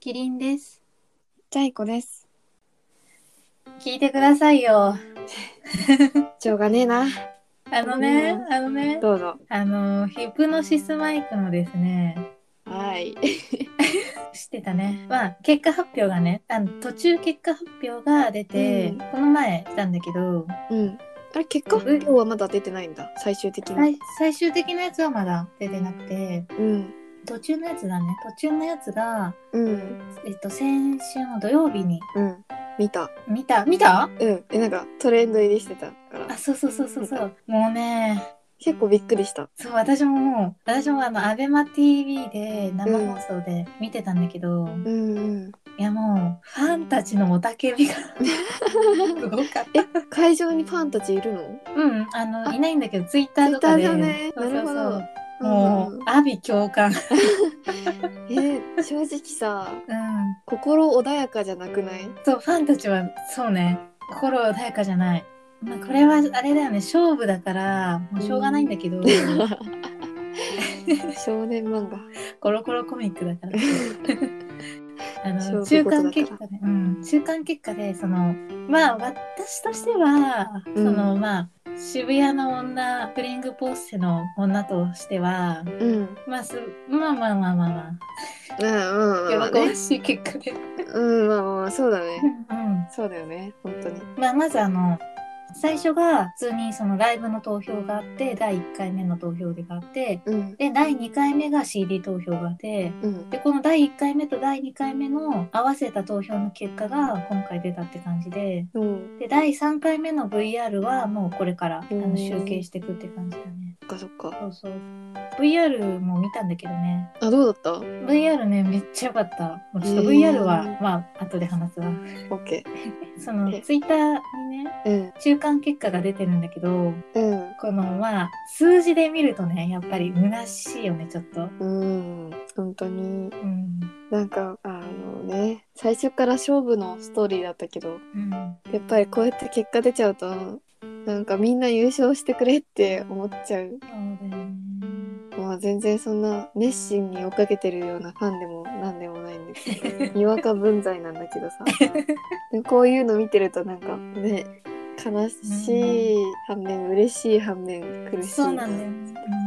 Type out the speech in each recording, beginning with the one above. キリンです。ジャイコです。聞いてくださいよ。しょうがねえな。あのね、あのね、どうぞ。あの、ヒプノシスマイクのですね、はい。してたね。まあ、結果発表がね、あの途中結果発表が出て、うんこの前来たんだけど、うん。あれ、結果発表はまだ出てないんだ。最終的に。最最終的なやつはまだ出てなくて、うん。途中のやつだね。途中のやつが、うん。えっと、先週の土曜日に、うん。見た。見た見たうん。え、なんかトレンド入りしてたからあ、。そうそうそうそうそう。もうね、結構びっくりした。そう、私ももう、私もあの、アベマ TV で生放送で見てたんだけど、うんうん。いやもう、ファンたちの雄たけ びがすごかっえ、会場にファンたちいるのた。うん、あの、あいないんだけど、ツイッターとかで。 Twitter だねそうそうそうなるほどもう、阿鼻共感。えー正直さ、 うん。心穏やかじゃなくないそう、ファンたちは、そうね、心穏やかじゃない。まあ、これは、あれだよね、勝負だから、もうしょうがないんだ けど、少年漫画。コロコロコミックだから。あ勝の中負事だから間結果で、うん、中間結果でそのまあ私としては、うんそのまあ渋谷の女プリングポッセの女としてはうん。うんまあすまあまあまあまあまうんうん。まああ喜ねばしい結果で、ううん、まあまあまあ、そうだね。ん、そうだよね。本当に。まあまずあの最初が普通にそのライブの投票があって第1回目の投票でがあってうん。で第2回目が CD 投票があってうん。でこの第1回目と第2回目の合わせた投票の結果が今回出たって感じでうん。で第3回目の VR はもうこれからあうのん集計していくって感じだね。そっかそっか。そうそう VR も見たんだけどねあ、どうだった VR ねめっちゃ良かったもうちょっとうん VR は、まあ後で話すわオッケそのえツイッターにねー。中間結果が出てるんだけどうん。このまあ数字で見るとねやっぱり虚しいよねちょっと、うん。うん。本当うに。んなんか、あのね、最初から勝負のストーリーだったけど、うん、やっぱりこうやって結果出ちゃうと、なんかみんな優勝してくれって思っちゃう。そうだよねまあ全然そんな熱心に追っかけてるようなファンでもなんでもないんですけど、にわか文在なんだけどさ。でもこういうの見てるとなんかね、悲しい反面、嬉しい反面、苦しい。そうなんだよ、ねう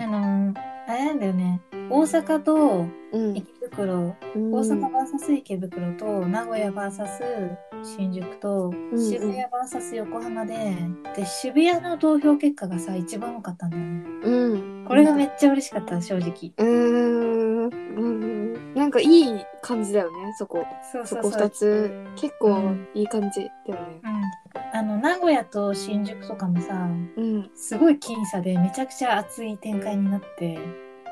ん、あのあれなんだよね大阪とうん。池袋うん。大阪 VS 池袋と名古屋 VS 新宿とうん渋谷 VS 横浜で,、で渋谷の投票結果がさ一番多かったんだよねうん。これがめっちゃ嬉しかった正直うーんうんなんかいい感じだよねそこそうそそうこそう2つ結構いい感じだよねうん、あの名古屋と新宿とかもさうんすごい僅差でめちゃくちゃ熱い展開になって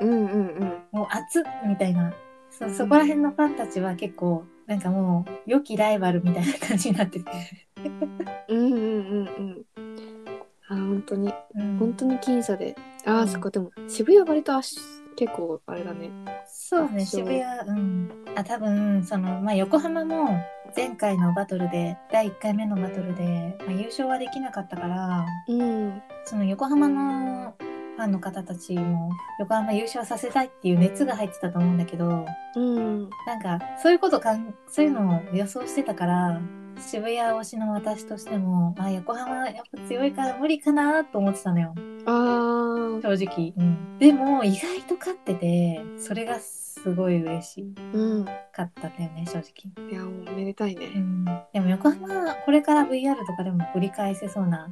うんうんもう熱っみたいなそそこら辺のファンたちは結構なんかもう良きライバルみたいな感じになってて、うんうんうんうんあ本当にうん本当に僅差であうんーそっかでも渋谷割とあし結構あれだねそうね、そう渋谷、うん。あ、多分、その、まあ、横浜も前回のバトルで、第1回目のバトルで、まあ、優勝はできなかったから、うんその横浜のファンの方たちも、横浜優勝させたいっていう熱が入ってたと思うんだけど、うんなんか、そういうことかん、そういうのを予想してたから、渋谷推しの私としても、まあ、横浜やっぱ強いから無理かなと思ってたのよ。あー正直。うん。でも、意外と勝ってて、それがすごい嬉しい。うんかったんだよね正直、いやもうめでたいねでも横浜はこれから VR とかでも繰り返せそうなあ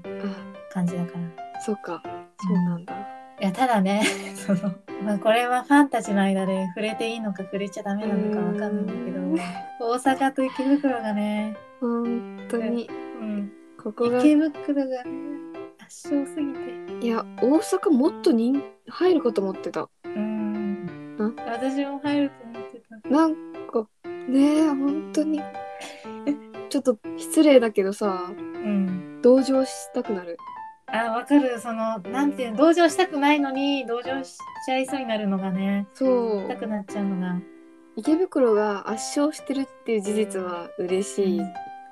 感じだからそうかそうなんだいやただね その、まあ、これはファンたちの間で触れていいのか触れちゃダメなのかわかんないんだけど大阪と池袋がね、本当にうん、ここが池袋がね圧勝すぎていや大阪もっと人入るかと思ってたうんん私も入ると思ってたなんかねえ本当にちょっと失礼だけどさうん同情したくなるあわかるそのなんていうの同情したくないのに同情しちゃいそうになるのがねそしたうくなっちゃうのが池袋が圧勝してるっていう事実は嬉しい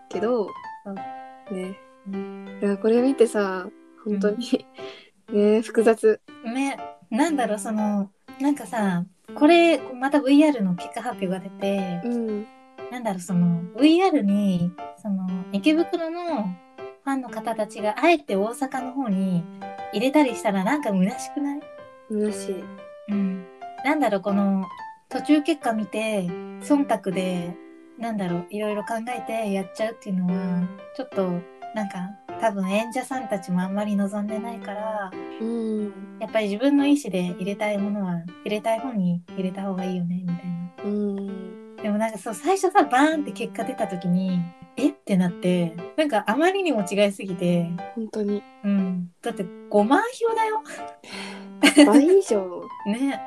けど、うんねういやこれ見てさ本当にねえ複雑ね、なんだろうそのなんかさこれまた VR の結果発表が出て、うんなんだろうその VR にその池袋のファンの方たちがあえて大阪の方に入れたりしたらなんか虚しくない虚しいうん、なんだろうこの途中結果見て忖度でなんだろういろいろ考えてやっちゃうっていうのはちょっとなんか多分演者さんたちもあんまり望んでないからうんやっぱり自分の意思で入れたいものは入れたい方に入れた方がいいよねみたいな。うんでもなんかそう最初さバーンって結果出た時にえってなってなんかあまりにも違いすぎて、本当にうん、だって5万票だよ倍以上ね、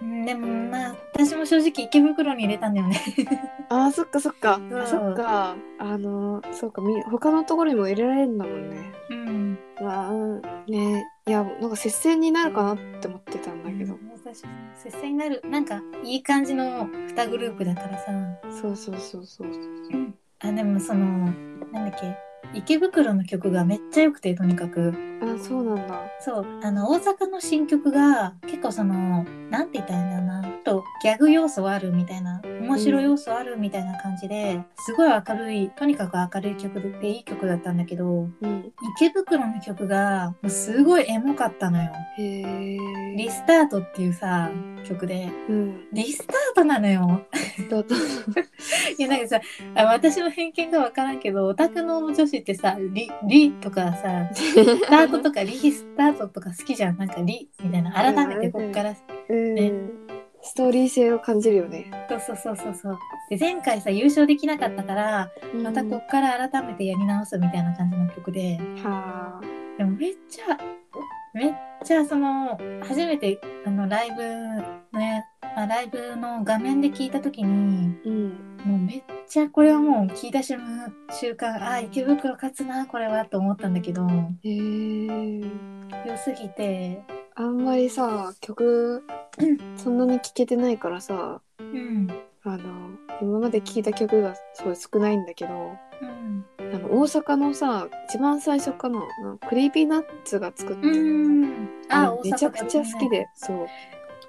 うん、でもまあ私も正直池袋に入れたんだよね あーそっかそっか、んあそっかあのーそうかみ他のところにも入れられるんだもんねうんわあうんねいやなんか接戦になるかなって思ってたんだけど私接戦になるなんかいい感じの2グループだからさ、そうそうそうそうあでもそのなんだっけ池袋の曲がめっちゃ良くてとにかくあそうなんだそうあの大阪の新曲が結構そのなんて言ったらいいんだろうなちょっとギャグ要素あるみたいな面白い要素あるみたいな感じで、すごい明るいとにかく明るい曲でいい曲だったんだけどうん池袋の曲がもうすごいエモかったのよ。へえリスタートっていうさ曲で うんリスタートなのよ。だ といやなんかさあ私の偏見がわからんけどオタクの女子ってさ「リ」リとかさ「スタート」とか「リスタート」とか好きじゃんなんか「リ」みたいな改めてこっからうんストーリー性を感じるよねそうそうそうそうそうで前回さ優勝できなかったからまたこっから改めてやり直すみたいな感じの曲で。うんはあでもめっちゃめっちゃその初めてあのライブね、まあ、ライブの画面で聞いた時にうんもうめっちゃこれはもう聞いた瞬間あー池袋勝つなこれはと思ったんだけどへえ良すぎてあんまりさ 曲そんなに聴けてないからさうんあの今まで聴いた曲がすごい少ないんだけどうんあの大阪のさ一番最初かななんかクリーピーナッツが作ってうるんあめちゃくちゃ好きででそう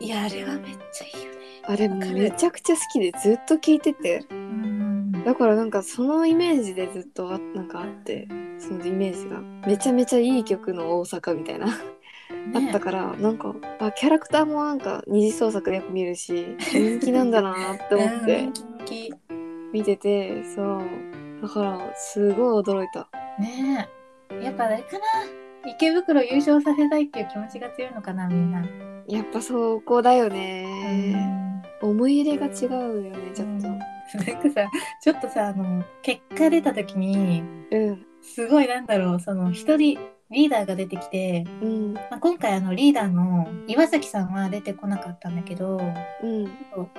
いやあれはめっちゃいいよねあれわかるめちゃくちゃ好きでずっと聴いててうんだからなんかそのイメージでずっとあなんかあってそのイメージがめちゃめちゃいい曲の大阪みたいな、あったからなんかあキャラクターもなんか二次創作でよく見るし人気なんだなって思ってうん人気見ててそうだからすごい驚いたねえやっぱあれかな池袋優勝させたいっていう気持ちが強いのかなみんな、やっぱそこだよね、思い入れが違うよねちょっとうんなんかさちょっとさあの結果出た時にうんすごいなんだろうその一人リーダーが出てきて、うんまあ、今回あのリーダーの岩崎さんは出てこなかったんだけどうん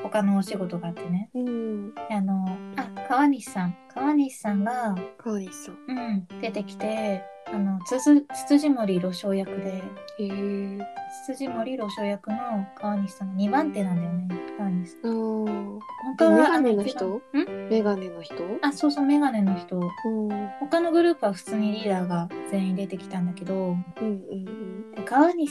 他のお仕事があってねうんあのあ川西さん川西さんが、川西さんうん、出てきてあのつつ辻森路翔役でへえ辻森路翔役の川西さんが2番手なんだよね川西さんあー本当メはガネのあ人一番んメガネの人あそうそうメガネの人うんうん他のグループは普通にリーダーが全員出てきたんだけどうんで川西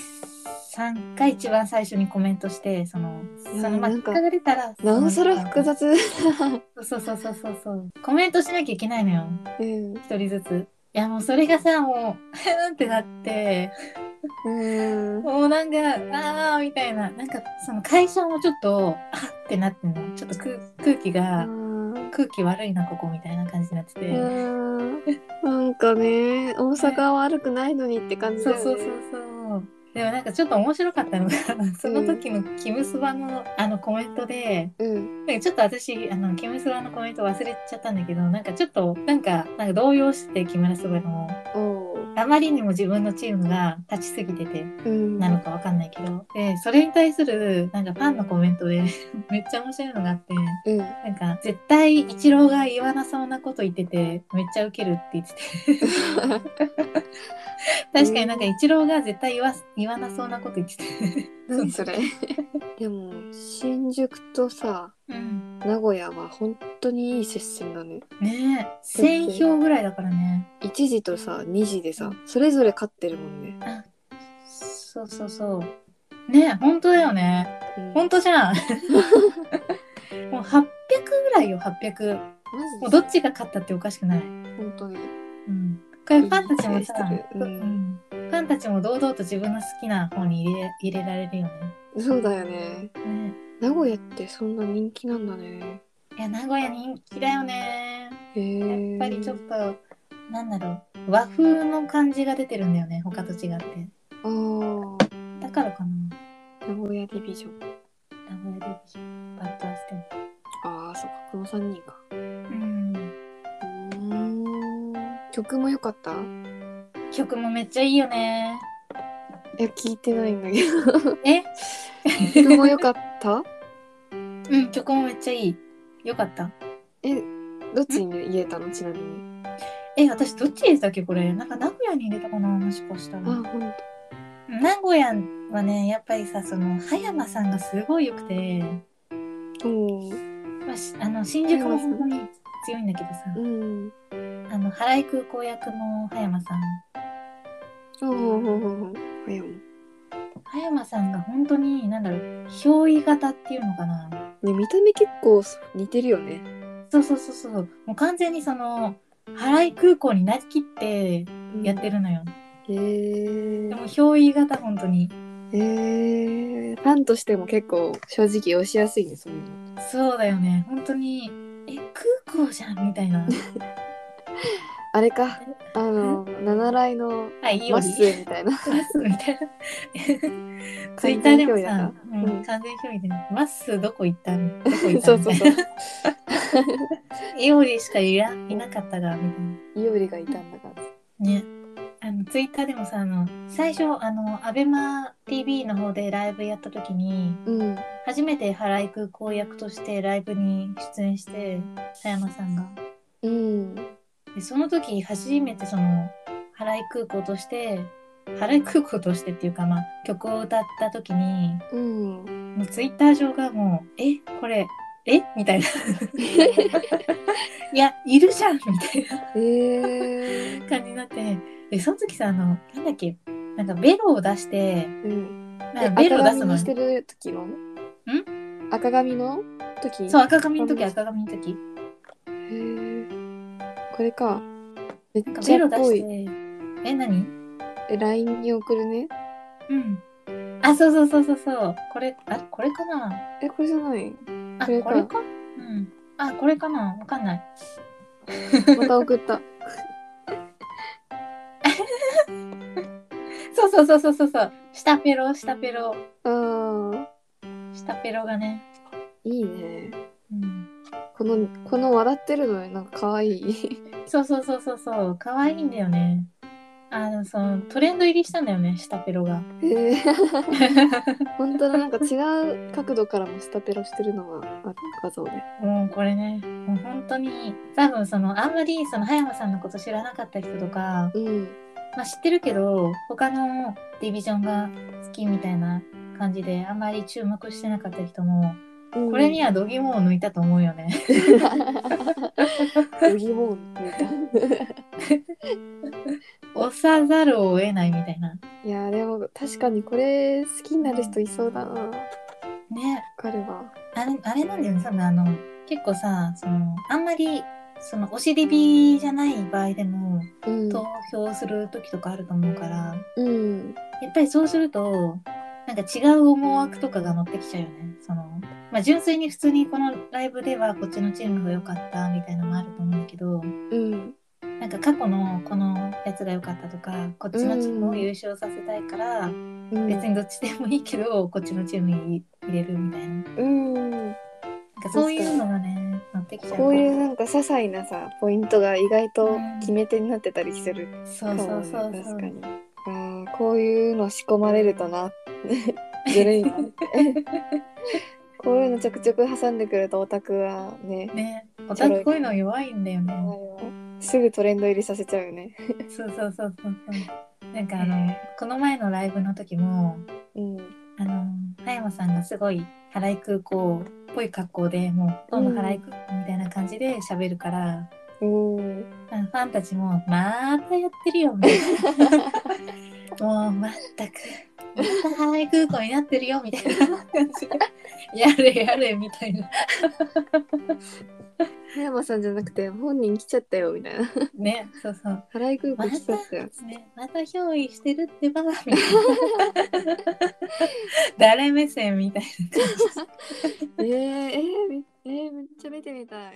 さんが一番最初にコメントしてそのいやそのまあなん結か果が出たらなおさら複その雑そうそうそうそうそうコメントしなきゃいけないのようん一人ずついやもうそれがさもうなんてなってうんもうなんかあーみたいななんかその会社もちょっとあってなってんのちょっと空空気あがー空気悪いなここみたいな感じになってて、うんなんかね大阪は悪くないのにって感じだそうよねそうそうそう。でもなんかちょっと面白かったのがその時のキムスバのあのコメントでうんなんかちょっと私あのキムスバのコメント忘れちゃったんだけどなんかちょっとなんかなんか動揺してて木村昴もおうあまりにも自分のチームが勝ちすぎててうんなのかわかんないけどでそれに対するなんかファンのコメントで めっちゃ面白いのがあってうんなんか絶対イチローが言わなそうなこと言っててめっちゃウケるって言ってて。 確かになんか一郎が絶対言わ言わなそうなこと言ってて何それでも新宿とさうん名古屋は本当にいい接戦だねねえ1000票ぐらいだからね1時とさ2時でさそれぞれ勝ってるもんねそうそうそうね本当だよねうんマ本当じゃんもう800ぐらいよ800もうどジっちが勝ったっておかしくない、で本当にうん、これファンたちもさいいね、ううんん、ファンたちも堂々と自分の好きな方に入れ入れられるよそうだよねねね名古屋ってそんな人気なんだねいや名古屋人気だよねへやっえぱりちょっとなんだろう和風の感じが出てるんだよね他と違ってあーだからかな名古屋ディビジョン名古屋でバッターステンああそっかこの3人かうんうーん曲も良かった曲もめっちゃいいよねいや聞いてないんだけどえ曲も良かったうん曲もめっちゃいいよかったえどっちに入れたのちなみにえ私どっちでしたっけこれなんか名古屋に入れたかなもしかしたあらほんと名古屋はねやっぱりさその葉山さんがすごい良くて、うんまあし、あの新宿も本当に強いんだけどさうんあの原井空港役の葉山さんほうほうほうほうほう早も葉山さんが本当に何だろう憑依型っていうのかなね見た目結構似てるよねそうそうそうそうもう完全にその原井空港になりきってやってるのよ、へでーも憑依型本当にえー、ファンとしても結構正直押しやすいねそういうのそうだよね本当にえ空港じゃんみたいな あれかあの七来のあいいよマッスーみたいなマッスーみたいな。 ツイッ完ター全で憑も依ださな、うんうん完全憑依で、マッスーどこ行ったんどこ行ったん そうそうそうイオリしかいらいなかったが、みたいイオリがいたんだからな。ね。あの、ツイッターでもさ、あの、最初、あの、アベマ TV の方でライブやった時に、うん初めて原井空港役としてライブに出演して、佐山さんが。うんでその時初めてその原井空港として原井空港としてっていうかまあ曲を歌った時にうんもうツイッター上がもう「えこれえみたいな 「いやいるじゃん」みたいなえー感じになってでその時さあのなんだっけなんかベロを出してうん、なんかベロを出す赤髪のににしてる時のん赤髪の時そうう赤髪の時赤髪の時へーこれかめっなんかちベゃロっ出ぽしいてえ何え LINE に送るねうんあそうそうそうそうそうこれあこれかなえこれじゃないあ、ここれれかかうん。あ、これかなわかんない。また送ったそうそうそうそうそうそう。下ペロ、下ペロ、あー下ペロがね。いいねうん。このこの笑ってるのなんか可愛いそうそうそうそうそう。可愛いんだよね。あの、そのトレンド入りしたんだよね、下ペロ が。 へー本当だなんか違う角度からもスタペロしてるのはある画像でもうこれね、もう本当に、多分その、あんまりその、葉山さんのこと知らなかった人とか、うんまあ知ってるけど、他のディビジョンが好きみたいな感じで、あんまり注目してなかった人も、うんこれには度肝を抜いたと思うよね。ドギモンみたい 押さざるを得ないみたいな。いやーでも確かにこれ好きになる人いそうだなわね、かるわあれ、あれなんだよね、多分あの、結構さ、その、あんまり、その、お尻ビじゃない場合でも、うん投票する時とかあると思うから、うんやっぱりそうすると、なんか違う思惑とかが乗ってきちゃうよね。その、まあ、純粋に普通にこのライブではこっちのチームが良かったみたいなのもあると思うんだけど、うんなんか過去のこのやつが良かったとか、こっちのチームを優勝させたいから、うん別にどっちでもいいけど、こっちのチームに入れるみたいな。うんなんかそういうのがね、乗ってきちゃう。こういうなんか些細なさポイントが意外と決め手になってたりするそうそうそうそう。確かにうんこういうの仕込まれるとなずるいな こういうのちょくちょく挟んでくるとオタクはねね、オタクこういうの弱いんだよね。すぐトレンド入りさせちゃうよねそうそうそうそうそう。なんかあの、この前のライブの時も、うんあの、葉山さんがすごい原井空港っぽい格好で、もうほとんど原井空港みたいな感じで喋るから、うんあのファンた ちも、またやってるよ、みたいな。もう、まったく、ハワイ空港になってるよみたいな感じでやれやれみたいな葉山さんじゃなくて本人来ちゃったよみたいなねそうそう払い空港来ちゃったよねまた憑依してるってばみ たいな誰目線みたいな感じえー、えー、めえーめっちゃ見てみたい